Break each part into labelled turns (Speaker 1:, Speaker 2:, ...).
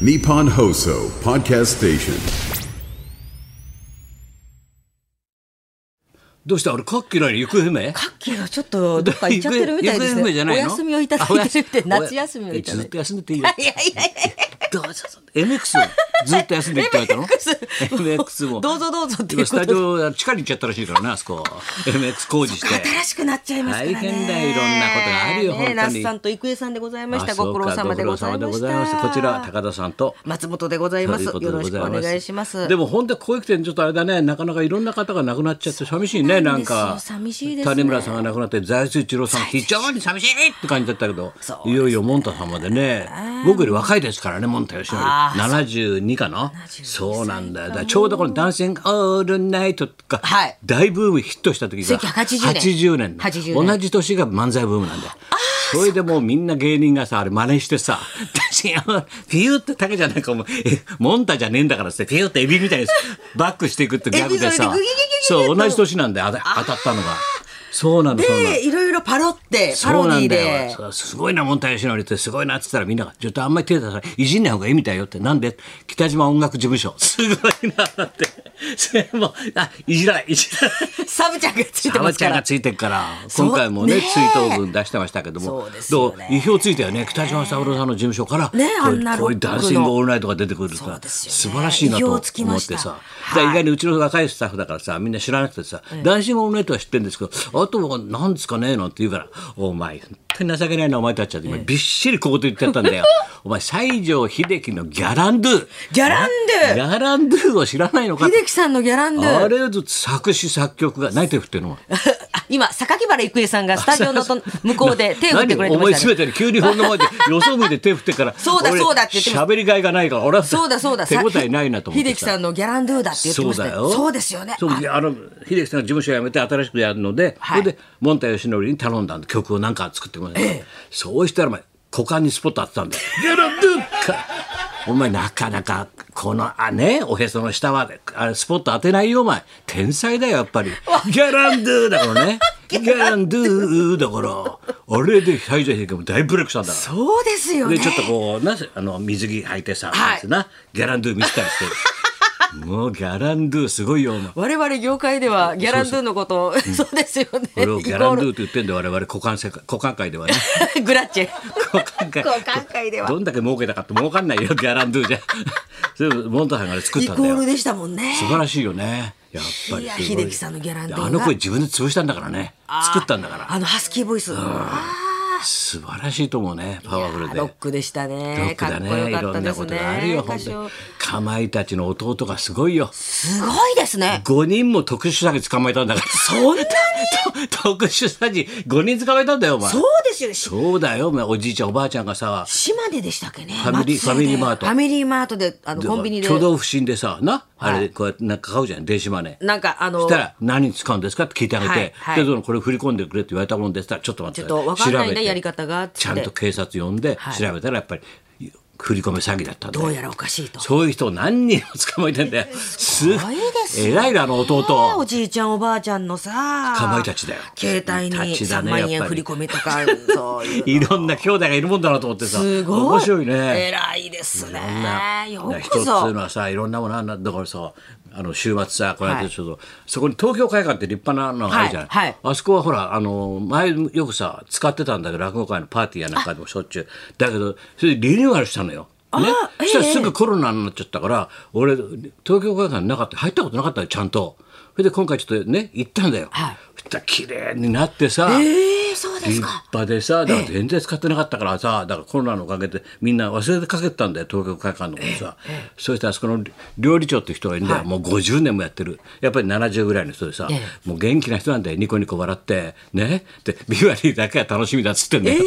Speaker 1: Nippon Hoso Podcast Station.
Speaker 2: どうした俺、カッキーライの行方不明
Speaker 3: カッキーがちょっとどっか行っちゃってるみたいです
Speaker 2: 行方
Speaker 3: ね。
Speaker 2: 不明じゃないの
Speaker 3: お休みをいただいてるみたい夏休みをい ただ
Speaker 2: ずっ
Speaker 3: い
Speaker 2: と
Speaker 3: て。
Speaker 2: 休んでていい
Speaker 3: い
Speaker 2: よ
Speaker 3: や。いやいやい
Speaker 2: どうぞ。MX ずっと休んでって言われたの ?MX も。
Speaker 3: どうぞどうぞっていう
Speaker 2: 今、
Speaker 3: こ
Speaker 2: ス
Speaker 3: とで
Speaker 2: タジオ、地下に行っちゃったらしいからな、あそこ。MX 工事して。
Speaker 3: や。新しくなっちゃいますからね。
Speaker 2: 大変だよいろんなことがあるよ本当に
Speaker 3: ね那須さんと郁恵さんでございました。
Speaker 2: あそう
Speaker 3: ご
Speaker 2: か
Speaker 3: 苦労様でござい
Speaker 2: ご
Speaker 3: ま
Speaker 2: 苦労様でご
Speaker 3: し。
Speaker 2: ざいましたたこちら、高田さんと。
Speaker 3: 松本でございます。よろしくお願いします。
Speaker 2: でも本当こういう点ちょっとあれだね、なかなかいろんな方が亡くなっちゃって寂しいね、なんか。
Speaker 3: そう寂しいですね
Speaker 2: 谷村さんが亡くなって、財津一郎さん非常に寂しいって感じだったけど、
Speaker 3: そう
Speaker 2: い
Speaker 3: です
Speaker 2: よいよモンタ様でね、僕より若いですからね、モンタよしのり。
Speaker 3: あ
Speaker 2: 72かな。そうなんだよ。だからちょうどこのダンシングオールナイトとか、
Speaker 3: はい
Speaker 2: 大ブームヒットした時が
Speaker 3: 1980
Speaker 2: 80年
Speaker 3: 年
Speaker 2: だ
Speaker 3: 80年
Speaker 2: 同じ年が漫才ブームなんだよ。それでもうみんな芸人がさ、あれ真似してさ、確かに、ピューって竹じゃないかも、えモンタじゃねえんだからっつって、ピューってエビみたいにバックしていくってギャグで
Speaker 3: エビそれ
Speaker 2: さ
Speaker 3: でグギギギギギ、っ
Speaker 2: そう、
Speaker 3: と
Speaker 2: 同じ年なんだよ、あた当たったのが。そうなの、そうなの。
Speaker 3: で、いろいろパロって、パ
Speaker 2: そう
Speaker 3: ロデ
Speaker 2: な
Speaker 3: ィ
Speaker 2: ん
Speaker 3: ー
Speaker 2: だよ
Speaker 3: で。
Speaker 2: そうすごいな、モンタヨシノリってすごいなって言ったらみんなが、ちょっとあんまり手出さない。いじんない方がいいみたいよって。なんで北島音楽事務所。すごいなって。それも、あ、いじらない、いじらない。
Speaker 3: サブちゃんがついて
Speaker 2: あ
Speaker 3: ま
Speaker 2: わ
Speaker 3: す
Speaker 2: ちゃ
Speaker 3: か
Speaker 2: んが
Speaker 3: ら。
Speaker 2: ついてるから
Speaker 3: そう
Speaker 2: 今回もね
Speaker 3: ねえ
Speaker 2: 追悼文出してましたけども
Speaker 3: そうですよね
Speaker 2: どう意表ついたよね北島三郎さんの事務所から、
Speaker 3: ねえ
Speaker 2: こう
Speaker 3: あんな
Speaker 2: こういう
Speaker 3: ロックの
Speaker 2: ダンシングオールナイト」が出てくるから、
Speaker 3: そうですよね
Speaker 2: 素晴らしいなと
Speaker 3: 意
Speaker 2: 思っ
Speaker 3: 表つきましてた
Speaker 2: さ、
Speaker 3: はい
Speaker 2: だ意外にうちの若いスタッフだからさみんな知らなくてさ「ダンシングオールナイト」は知ってるんですけどあとは何ですかねなんて言うから「お前本当に情けないなお前たちは」って今びっしりここと言っちゃったん だよお前西城秀樹のギャランドゥ
Speaker 3: ギャランドゥ
Speaker 2: ギャランドゥを知らないのか
Speaker 3: 秀樹さんのギャランド
Speaker 2: あ
Speaker 3: ゥ。
Speaker 2: れ作詞作曲が何手振ってるのお前
Speaker 3: あ 今、榊原郁恵さんがスタジオのと向こうで手を振ってくれて
Speaker 2: 何
Speaker 3: ま
Speaker 2: 思い
Speaker 3: した
Speaker 2: 詰
Speaker 3: ね。
Speaker 2: めてる急に俺の前で予想向いて手振ってから
Speaker 3: そうだ
Speaker 2: 俺
Speaker 3: そうだって言ってます
Speaker 2: 喋りがいがないから俺は
Speaker 3: そうだそう だ。
Speaker 2: 手応えないなと思って
Speaker 3: 秀樹さんのギャランドゥだって言って
Speaker 2: そ
Speaker 3: ま
Speaker 2: う
Speaker 3: した
Speaker 2: だよ
Speaker 3: そうですよね。
Speaker 2: そう
Speaker 3: あ
Speaker 2: あの秀樹さんが事務所を辞めて新しくやるので、
Speaker 3: はい
Speaker 2: それでもんたよしのりに頼んだんだ曲をなんか作ってくれた、そうしたらお前股間にスポット当てたん だよ「ギャランドゥかお前なかなかこのあねおへその下はあれスポット当てないよお前天才だよやっぱりギャランドゥだから ねギャランドゥだからあれで西城秀樹も大ブレイクしたんだから
Speaker 3: そうですよね。
Speaker 2: でちょっとこうなあの水着履いてさ、
Speaker 3: はい
Speaker 2: あいつなギャランドゥ見せたり して。もうギャランドゥすごいよお前。
Speaker 3: 我々業界ではギャランドゥのことを そうですよね。
Speaker 2: 俺をギャランドゥ
Speaker 3: イ
Speaker 2: って言ってんだよ我々股間世界股間界で はね。
Speaker 3: コールグラッチェ。
Speaker 2: 股間界
Speaker 3: 股間界では
Speaker 2: どんだけ儲けたかって儲かんないよギャランドゥ じゃ。それモンタさんがあれ作っ
Speaker 3: イ
Speaker 2: たん
Speaker 3: コ
Speaker 2: だ
Speaker 3: ール
Speaker 2: よ。
Speaker 3: でしたもんね
Speaker 2: 素。晴らしいよね。やっぱり
Speaker 3: いや
Speaker 2: すごい。
Speaker 3: 秀樹さんのギャランドゥが
Speaker 2: あの声自分で潰したんだからね。作ったんだから。
Speaker 3: あのハスキーボイス。あ
Speaker 2: 素晴らしいと思うねパワフル
Speaker 3: ー
Speaker 2: で。
Speaker 3: ロックでした
Speaker 2: ロッ。ク
Speaker 3: ねか
Speaker 2: だ
Speaker 3: っ
Speaker 2: ね
Speaker 3: こよ
Speaker 2: い
Speaker 3: か
Speaker 2: ろ
Speaker 3: った
Speaker 2: ん
Speaker 3: で
Speaker 2: な
Speaker 3: す
Speaker 2: こと
Speaker 3: ね
Speaker 2: があるよ。本
Speaker 3: 歌
Speaker 2: 当に
Speaker 3: 唱。
Speaker 2: かまいたちの弟がすごいよ。
Speaker 3: すごいですね。
Speaker 2: 5人も特殊詐欺捕まえたんだから。そ んなに特殊詐欺5人捕まえたんだよ、お前。
Speaker 3: そう
Speaker 2: そう
Speaker 3: ですよ。し
Speaker 2: だよ、お前。おじいちゃん、おばあちゃんがさ、
Speaker 3: 島根でしたっけね。
Speaker 2: ファミリー
Speaker 3: 松江で
Speaker 2: ファミリーマート
Speaker 3: ファミリーマートであのコンビニで
Speaker 2: 挙動不審でさ、な、
Speaker 3: はい
Speaker 2: あれ、こうやってなんか買うじゃん、電子マネー。
Speaker 3: なんかあ
Speaker 2: そ
Speaker 3: の
Speaker 2: したら、何に使うんですかって聞いてあげて、
Speaker 3: はいはい
Speaker 2: でそのこれ振り込んでくれって言われたもんですから、ちょっと待って、
Speaker 3: ちょっとわかんないね
Speaker 2: 調べて
Speaker 3: やり方がっつって
Speaker 2: ちゃんと警察呼んで、
Speaker 3: はい
Speaker 2: 調べたら、やっぱり、振り込め詐欺だったんだ
Speaker 3: ど
Speaker 2: よ
Speaker 3: うやらおかしいと。
Speaker 2: そういう人を何人も捕まえてんだよ。すごい
Speaker 3: すごいですね。
Speaker 2: 偉いな、あの弟。
Speaker 3: おじいちゃんおばあちゃんのさ。
Speaker 2: かまいたちだよ
Speaker 3: 携帯
Speaker 2: かまい
Speaker 3: に
Speaker 2: たちだ
Speaker 3: 3
Speaker 2: ね
Speaker 3: 万
Speaker 2: やっ
Speaker 3: 円
Speaker 2: ぱり
Speaker 3: 振り込み とか、そういう。
Speaker 2: いろんな兄弟がいるもんだなと思ってさ。
Speaker 3: すごい。
Speaker 2: 面白いね。
Speaker 3: 偉いです
Speaker 2: いろんな
Speaker 3: ね。よ
Speaker 2: 人ってい
Speaker 3: く
Speaker 2: うの
Speaker 3: ぞ。
Speaker 2: はさいろんなものあんなだからさあの週末さこの間ちょっと、そこに東京会館って立派なのがあるじゃない、
Speaker 3: はいはい
Speaker 2: あそこはほらあの前よくさ使ってたんだけど落語会のパーティーやなんかでもしょっちゅうだけどそれでリニューアルしたのよ。ね、そしたらすぐコロナになっちゃったから、俺東京会館の中って入ったことなかったよちゃんとそれで今回ちょっとね行ったんだよ、
Speaker 3: はい
Speaker 2: そしたら綺麗になってさ、
Speaker 3: ええ、そうです
Speaker 2: 立
Speaker 3: か。
Speaker 2: 派でさだから全然使ってなかったからさだからコロナのおかげでみんな忘れてかけてたんだよ東京会館のことさ、そしたらあそこの料理長っていう人がいるんだよ、もう50年もやってるやっぱり70ぐらいの人でさ、
Speaker 3: え
Speaker 2: もう元気な人なんだよニコニコ笑ってねでビバリーだけは楽しみだっつってんだよ、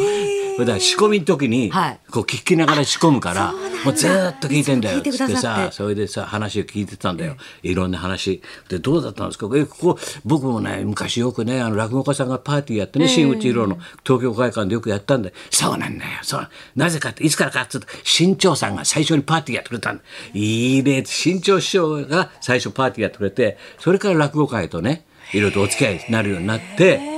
Speaker 2: だから仕込みの時に、
Speaker 3: はい
Speaker 2: こう聞きながら仕込むからもうずーっと聞いてんだよ
Speaker 3: いつも聞いて
Speaker 2: つ
Speaker 3: く
Speaker 2: っ
Speaker 3: だ
Speaker 2: て
Speaker 3: さって
Speaker 2: さそれでさ話を聞いてたんだよ、いろんな話でどうだったんですかえここ僕もね昔よくねあの落語家さんがパーティーやってね、新内一郎の東京会館でよくやったんでそうなんだよそうなぜかっていつからかっつうと新潮さんが最初にパーティーやってくれたんだいいね新潮師匠が最初パーティーやってくれてそれから落語会とねいろいろとお付き合いになるようになって。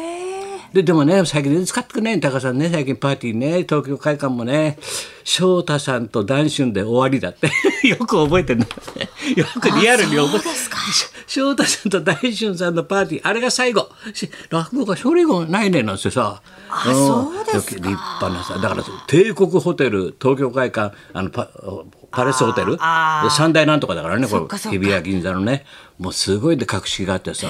Speaker 2: ででもね最近全然使ってくれないの高さんね最近パーティーね東京会館もね翔太さんと談春で終わりだって よく覚えてるの よくリアルに覚えてる翔太さんと談春さんのパーティーあれが最後し落語がそれ以後ないねなんてさあ
Speaker 3: そうですか
Speaker 2: 立派なさだから帝国ホテル東京会館あのパパレスホテル
Speaker 3: あー
Speaker 2: 三大なんとかだからねこ
Speaker 3: そっか
Speaker 2: れ
Speaker 3: そっか
Speaker 2: 日比谷銀座のねもうすごいで格式があってさ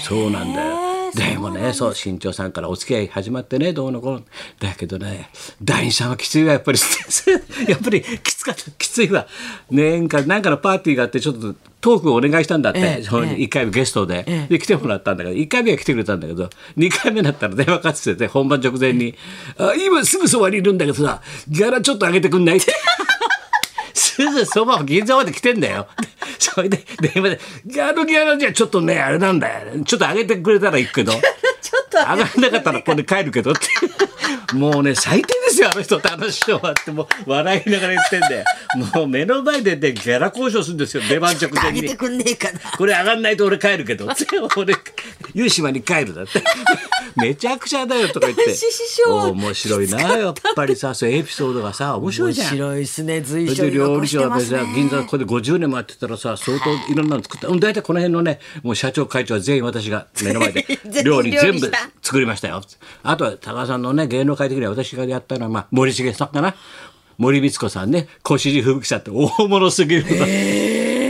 Speaker 2: そうなんだよでもねそう新潮さんからお付き合い始まってねどうのこうのだけどね団員さんはきついわやっぱり やっぱりきつかったきついわ年間なんかのパーティーがあってちょっとトークをお願いしたんだって、
Speaker 3: ええ
Speaker 2: その
Speaker 3: ええ
Speaker 2: 1回目ゲストで,、で来てもらったんだけど1回目は来てくれたんだけど2回目だったら電話かかってきてて本番直前に「あ今すぐそばにいるんだけどさギャラちょっと上げてくんない?」って。すぐそばを銀座まで来てんだよ。 でそれで電話で「ギャルギャルじゃちょっとねあれなんだよちょっと上げてくれたら行くけど
Speaker 3: ちょっと
Speaker 2: 上がんなかったらこれで帰るけど」って もうね最低ですよあの人ってあの師匠はってもう笑いながら言ってんだよもう目の前でねギャラ交渉するんですよ出番直前
Speaker 3: 上げ
Speaker 2: に
Speaker 3: て。くんねえかな。
Speaker 2: これ上がんないと俺帰るけ どって俺湯島に帰るだってめちゃくちゃだよとか言って
Speaker 3: 師匠
Speaker 2: 面白いなやっぱりさそういうエピソードがさ面白い
Speaker 3: 面
Speaker 2: じゃん
Speaker 3: 白いですね。随
Speaker 2: そ
Speaker 3: 所
Speaker 2: れで
Speaker 3: に
Speaker 2: 料
Speaker 3: 残
Speaker 2: 理
Speaker 3: し
Speaker 2: 長
Speaker 3: て
Speaker 2: は
Speaker 3: ます
Speaker 2: さ
Speaker 3: ね。
Speaker 2: 銀座これで50年もやってたらさ相当いろんなの作った、うん、大体この辺のねもう社長会長は全員私が目の前で
Speaker 3: 全員
Speaker 2: 料理全部
Speaker 3: 料理した
Speaker 2: 作りましたよあとは高田さんのね芸能界的には私がやったのは、まあ、森重さんかな森光子さんね越路吹雪さんって大物すぎるの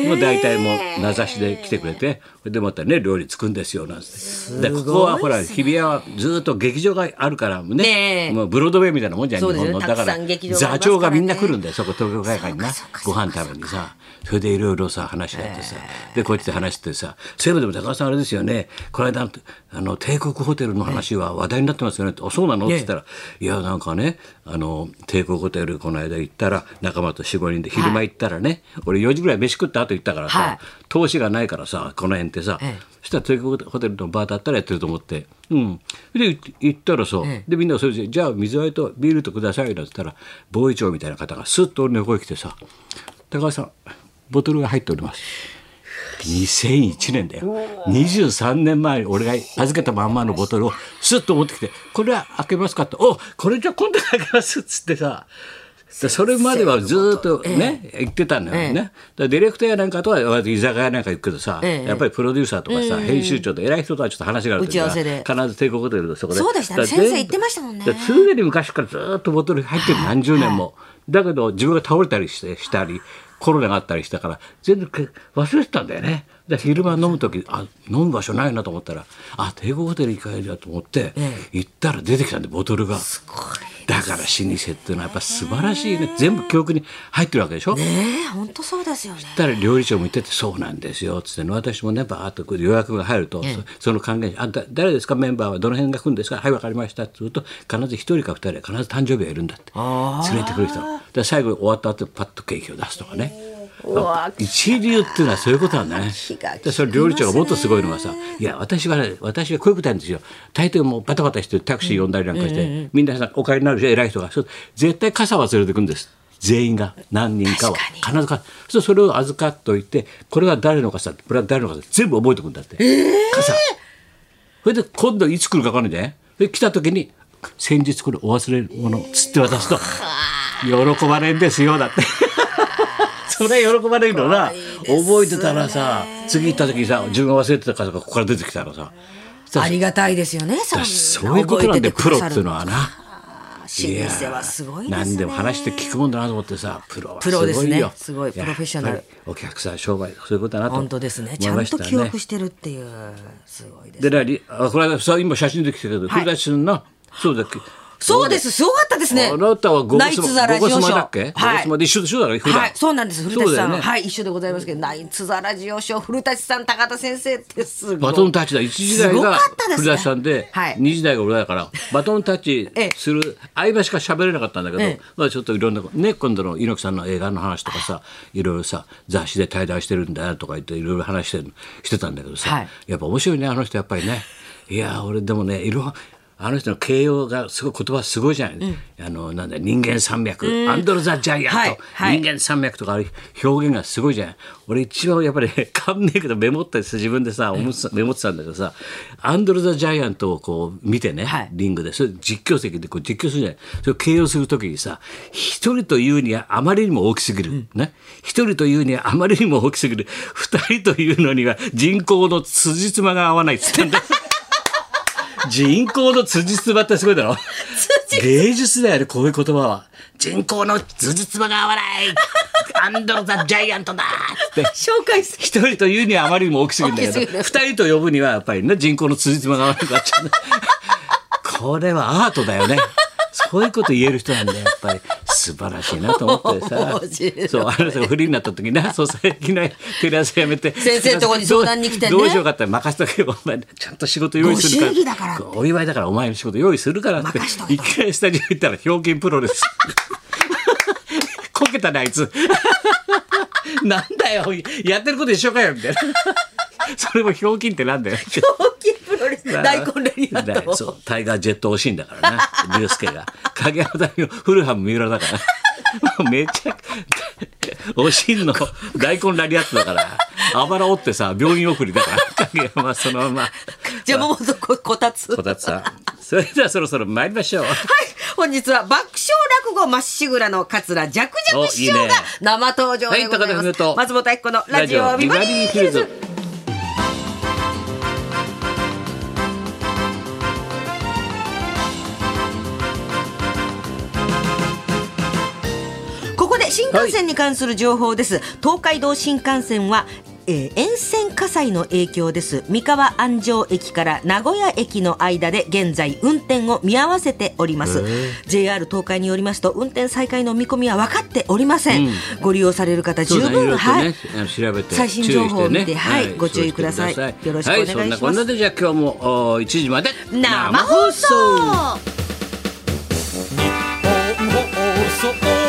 Speaker 2: もう大体もう名指しで来てくれてでまたね料理作るんですよなんてでここはほら日比谷はずっと劇場があるからね
Speaker 3: ねえ
Speaker 2: もうブロードウェイみたいなもんじゃん
Speaker 3: そう
Speaker 2: 日
Speaker 3: です
Speaker 2: 本の
Speaker 3: よ
Speaker 2: だか
Speaker 3: たく
Speaker 2: ら
Speaker 3: さん劇場があり
Speaker 2: 座
Speaker 3: ます
Speaker 2: 長が
Speaker 3: からね
Speaker 2: みんな来るんだよそこ東京会館にな
Speaker 3: そうかそ
Speaker 2: ご
Speaker 3: うか
Speaker 2: 飯食べにさそれでいろいろさ話し合ってさでこうやって話してさそういえばでも高田さんあれですよねこの間あの帝国ホテルの話は話題になってますよねってあそうなのって言ったらいやなんかねあの帝国ホテルこの間行ったら仲間と45人で昼間行ったらね俺4時ぐらい飯食った後行ったから
Speaker 3: はい
Speaker 2: さ投資がないからさこの辺ってさ
Speaker 3: ええ
Speaker 2: そしたら帝国ホテルのバーだったらやってると思って、うん、で行ったらさ、でみんなそれで「じゃあ水割りとビールとください」なんて言ったら防衛長みたいな方がスッと俺の声来てさ「高橋さんボトルが入っております」2001年だよ23年前に俺が預けたまんまのボトルをスッと持ってきて「これは開けますか?」と「おこれじゃ今度開けます」っつってさでそれまではずーっとね、言ってたんだよね、だからディレクターやなんかとは割と居酒屋なんか行くけどさ、
Speaker 3: ええ
Speaker 2: やっぱりプロデューサーとかさ、編集長と偉い人とはちょっと話がある時は
Speaker 3: 打ち合わせで
Speaker 2: 必ず帝国ホテルのそこで
Speaker 3: そうでしたね
Speaker 2: だから全部
Speaker 3: 先生言ってましたもんね
Speaker 2: だから常に昔からずーっとボトル入ってる何十年も、だけど自分が倒れたりしてしたりコロナがあったりしたから全然け忘れてたんだよねで昼間飲む時あ飲む場所ないなと思ったらあ帝国ホテル行かれるやと思って、行ったら出てきたんでボトルが。だから老舗っていうのはやっぱ素晴らしいね全部記憶に入ってるわけでしょ、
Speaker 3: ええ、本当そうですよね。
Speaker 2: ったら料理長も言ってて「そうなんですよ」っつってね私もねバーッとこう予約が入ると、そその関係者「あんた誰ですかメンバーはどの辺が来るんですかはいわかりました」って言うと必ず一人か二人は必ず誕生日がいるんだって連れてくる人がで最後終わった後パッとケーキを出すとかね。
Speaker 3: わ
Speaker 2: 一流っていうのはそういうことなんだね
Speaker 3: が利きますね
Speaker 2: でそれ料理長がもっとすごいのがさいや私はね私はこういうことなんですよ大抵もうバタバタしてタクシー呼んだりなんかして、みんなさお帰りになる人偉い人がそう絶対傘は連れてくんです全員が何人かは
Speaker 3: 確かに
Speaker 2: 必ずかそうそれを預かっておいてこれは誰の傘これは誰の傘全部覚えておくんだって、傘それで今度いつ来るか分かんないじゃないそれで来た時に「先日これお忘れ物」つって渡すと「喜ばれんですよ」だって。それ喜ばれるのな、覚えてたらさ次行った時にさ自分が忘れてた傘がここから出てきたらさ
Speaker 3: ありがたいですよね。そんな
Speaker 2: そういうことなんでプロっていうのはな。い
Speaker 3: 老
Speaker 2: や
Speaker 3: 舗はすごいですね。
Speaker 2: 何でも話して聞くもんだなと思ってさプロはす
Speaker 3: プ
Speaker 2: ごいよ
Speaker 3: ロですねすごいプロフェッショナル
Speaker 2: やっぱりお客さん商売そういうことだなと
Speaker 3: 本当ですね。
Speaker 2: 思
Speaker 3: ちゃ
Speaker 2: いま
Speaker 3: ん
Speaker 2: した
Speaker 3: と
Speaker 2: ね
Speaker 3: 記憶してるっていうすごいです。
Speaker 2: でなりあこれはさ今写真できたけど古舘さんなそうだっけ
Speaker 3: そうです。すごかったですね。
Speaker 2: あなたはゴゴ
Speaker 3: ナイ
Speaker 2: スマ
Speaker 3: ツザ
Speaker 2: ゴ
Speaker 3: ラジ
Speaker 2: ゴ
Speaker 3: オ
Speaker 2: ス
Speaker 3: ショ
Speaker 2: マ
Speaker 3: ー。
Speaker 2: だっけゴゴスマで一緒でしょだから普段
Speaker 3: はい、そうなんです。古
Speaker 2: そう
Speaker 3: 舘
Speaker 2: だ
Speaker 3: さ
Speaker 2: よ
Speaker 3: ん、
Speaker 2: ね
Speaker 3: はい、一緒でございますけど、ナイツザラジオショー、古舘さん、高田先生ってすごい。
Speaker 2: バトンタッチだ一時代
Speaker 3: すご
Speaker 2: が
Speaker 3: かったですね
Speaker 2: 古舘さんで
Speaker 3: はい
Speaker 2: 二時代が俺だからバトンタッチ
Speaker 3: ええ
Speaker 2: する相場しか喋れなかったんだけど、
Speaker 3: ええ
Speaker 2: まあちょっといろんなね今度の猪木さんの映画の話とかさいろいろさ雑誌で対談してるんだよとか言っていろいろ話してるしてたんだけどさ、
Speaker 3: はい
Speaker 2: やっぱ面白いねあの人やっぱりねいやー俺でもねいろあの人の形容がすごい言葉すごいじゃない、あのなんだ人間山脈アンドル・ザ・ジャイアント、
Speaker 3: はいはい
Speaker 2: 人間山脈とかあれ表現がすごいじゃない俺一番やっぱり 感銘受けどメモったりす自分でさ思ってたメモってたんだけどさアンドル・ザ・ジャイアントをこう見てね、
Speaker 3: はい
Speaker 2: リングでそれ実況席でこう実況するじゃないそれを形容するときにさ一人というにはあまりにも大きすぎる、ね一人というにはあまりにも大きすぎる二人というのには人口の辻褄が合わないっつったん だ人口の辻褄ってすごいだろ芸術だよねこういう言葉は人口の辻褄が合わないアンドル・ザ・ジャイアントだ って
Speaker 3: 紹介する
Speaker 2: 一人というにはあまりにも大きすぎるんだ
Speaker 3: 大
Speaker 2: け
Speaker 3: きすぎ
Speaker 2: ど
Speaker 3: る
Speaker 2: 二人と呼ぶにはやっぱりね人口の辻褄が合わなくなっちゃうね これはアートだよねそういうこと言える人なんだよやっぱり素晴らしいなと思ってさ
Speaker 3: 面白い
Speaker 2: そうあなたがフリーになった時なそう最近のテレ朝やめて
Speaker 3: 先生のとこに相談に来てね
Speaker 2: どうどうしようかって任せとけばお前ちゃんと仕事用意するから
Speaker 3: ご祝儀だからって
Speaker 2: お祝いだからお前の仕事用意するからって
Speaker 3: 任しとけ
Speaker 2: 一回スタジオ行ったら表現プロレ スこけたねあいつ なんだよやってること一緒かよみたいなそれもひょうきんってなんだよ
Speaker 3: 大きいプロレス大根レリアッ ト
Speaker 2: そうタイガージェット惜しいんだからな竜介が影山大のフルハム三浦だから もうめちゃく惜しんの大根ラリアットだからあばら折ってさ病院送りだから影山そのまま
Speaker 3: じゃあ桃とここたつ
Speaker 2: こたつさんそれではそろそろ参りましょう
Speaker 3: はい、本日は爆笑落語まっしぐらの桂ジャクジャク師匠
Speaker 2: おいい
Speaker 3: が
Speaker 2: ね
Speaker 3: 生登場でござい
Speaker 2: はい高田
Speaker 3: ます、
Speaker 2: 文夫と
Speaker 3: 松本明子のラジオビバリーヒルズここで新幹線に関する情報です、東海道新幹線はえー沿線火災の影響です三河安城駅から名古屋駅の間で現在運転を見合わせております、JR 東海によりますと運転再開の見込みは分かっておりません、ご利用される方
Speaker 2: そ
Speaker 3: 十
Speaker 2: うだねいろい
Speaker 3: 分、
Speaker 2: ろと
Speaker 3: はい
Speaker 2: ね、あの調べて
Speaker 3: 最新情報を
Speaker 2: 注意
Speaker 3: 見
Speaker 2: して
Speaker 3: て、
Speaker 2: ね
Speaker 3: はいご注意ください
Speaker 2: 注意してく
Speaker 3: よろしくお願いし
Speaker 2: はそ
Speaker 3: ます
Speaker 2: んなこんなでじゃあ今日もお1時まで
Speaker 3: 生放送
Speaker 4: 放送